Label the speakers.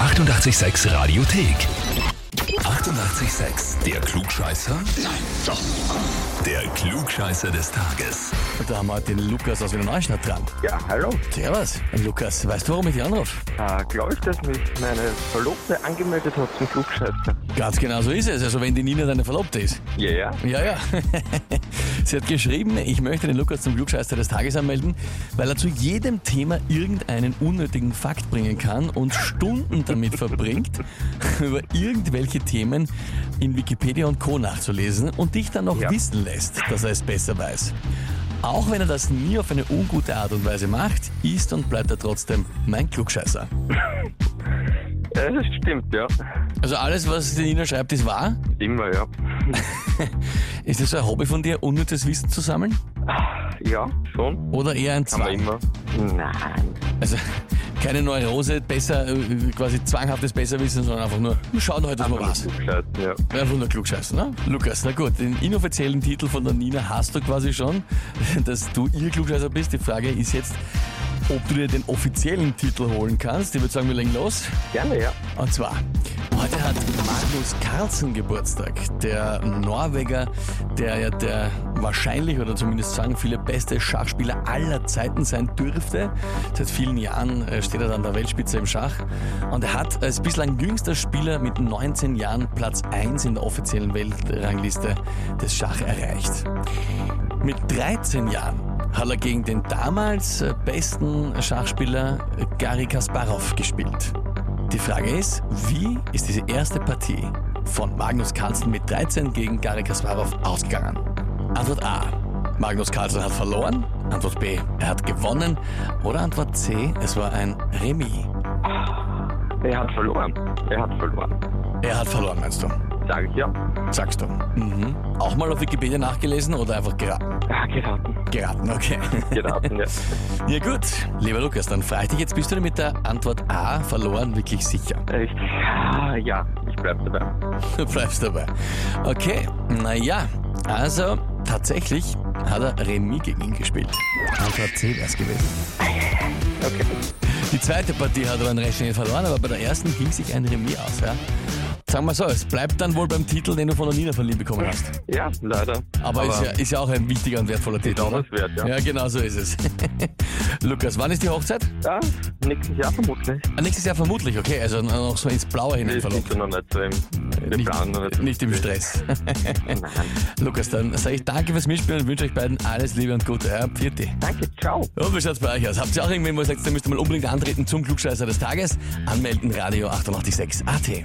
Speaker 1: 886 Radiothek. 88,6. Der Klugscheißer? Nein, doch. Der Klugscheißer des Tages.
Speaker 2: Da haben wir heute den Lukas aus Wiener Neustadt dran.
Speaker 3: Ja, hallo.
Speaker 2: Servus. Lukas, weißt du, warum ich dich anrufe?
Speaker 3: Äh, Glaube ich, dass mich meine Verlobte angemeldet hat zum Flugscheißer?
Speaker 2: Ganz genau so ist es. Also wenn die Nina deine Verlobte ist.
Speaker 3: Ja, ja.
Speaker 2: Ja, ja. Sie hat geschrieben, ich möchte den Lukas zum Klugscheißer des Tages anmelden, weil er zu jedem Thema irgendeinen unnötigen Fakt bringen kann und Stunden damit verbringt, über irgendwelche Themen in Wikipedia und Co. nachzulesen und dich dann noch
Speaker 3: Ja.
Speaker 2: wissen lässt, dass er es besser weiß. Auch wenn er das nie auf eine ungute Art und Weise macht, ist und bleibt er trotzdem mein Klugscheißer.
Speaker 3: Äh, das stimmt, ja.
Speaker 2: Also alles, was die Nina schreibt, ist wahr.
Speaker 3: Immer, ja.
Speaker 2: Ist das so ein Hobby von dir, unnützes Wissen zu sammeln?
Speaker 3: Ja, schon.
Speaker 2: Oder eher ein
Speaker 3: Kann man
Speaker 2: Zwang?
Speaker 3: immer. Nein.
Speaker 2: Also keine Neurose, besser, äh, quasi zwanghaftes Besserwissen, sondern einfach nur, wir schauen heute, dass wir was.
Speaker 3: Flugscheißen, ja.
Speaker 2: Einfach nur klugscheißen, ne? Lukas, na gut, den inoffiziellen Titel von der Nina hast du quasi schon, dass du ihr Klugscheißer bist. Die Frage ist jetzt, ob du dir den offiziellen Titel holen kannst. Ich würde sagen, wir legen los.
Speaker 3: Gerne, ja.
Speaker 2: Und zwar, heute hat Magnus Carlsen Geburtstag, der Norweger, der ja der wahrscheinlich oder zumindest sagen viele beste Schachspieler aller Zeiten sein dürfte. Seit vielen Jahren äh, steht er da an der Weltspitze im Schach und er hat als bislang jüngster Spieler mit 19 Jahren Platz 1 in der offiziellen Weltrangliste des Schach erreicht. Mit 13 Jahren hat er gegen den damals äh, besten Schachspieler äh, Gary Kasparov gespielt. Die Frage ist, wie ist diese erste Partie von Magnus Carlsen mit 13 gegen Gary Kasparov ausgegangen? Antwort A. Magnus Carlsen hat verloren. Antwort B. Er hat gewonnen. Oder Antwort C. Es war ein Remis.
Speaker 3: Er hat verloren. Er hat verloren.
Speaker 2: Er hat verloren, meinst du?
Speaker 3: Sag ich ja.
Speaker 2: Sagst du. Mhm. Auch mal auf Wikipedia nachgelesen oder einfach geraten?
Speaker 3: Ah, geraten.
Speaker 2: Geraten, okay.
Speaker 3: Geraten, ja.
Speaker 2: Ja gut, lieber Lukas, dann frage ich dich jetzt, bist du dir mit der Antwort A verloren wirklich sicher?
Speaker 3: Richtig. Ah, ja, ich bleib dabei.
Speaker 2: Du bleibst dabei. Okay, naja, also tatsächlich hat er Remis gegen ihn gespielt. Antwort C wäre es gewesen.
Speaker 3: Okay.
Speaker 2: Die zweite Partie hat er dann recht schnell verloren, aber bei der ersten ging sich ein Remis aus, ja? Sagen wir so, es bleibt dann wohl beim Titel, den du von der Nina verliehen bekommen hast.
Speaker 3: Ja, leider.
Speaker 2: Aber, ist, ja, ist ja auch ein wichtiger und wertvoller Titel.
Speaker 3: auch
Speaker 2: oder?
Speaker 3: was wert, ja.
Speaker 2: ja, genau so ist es. Lukas, wann ist die Hochzeit?
Speaker 3: Ja, nächstes Jahr vermutlich.
Speaker 2: Nächstes Jahr vermutlich, okay, also noch so ins Blaue hinein
Speaker 3: Wir
Speaker 2: verlobt.
Speaker 3: sind da noch nicht so im... Wir planen noch nicht.
Speaker 2: Nicht,
Speaker 3: so
Speaker 2: nicht im Stress. Lukas, dann sage ich danke fürs Mitspielen und wünsche euch beiden alles Liebe und Gute. Ja, Pfiat.
Speaker 3: Danke, ciao.
Speaker 2: Und wie schaut's bei euch aus? Habt ihr auch irgendwen, wo ihr sagt, ihr müsst mal unbedingt antreten zum Klugscheißer des Tages? Anmelden, Radio 886 AT.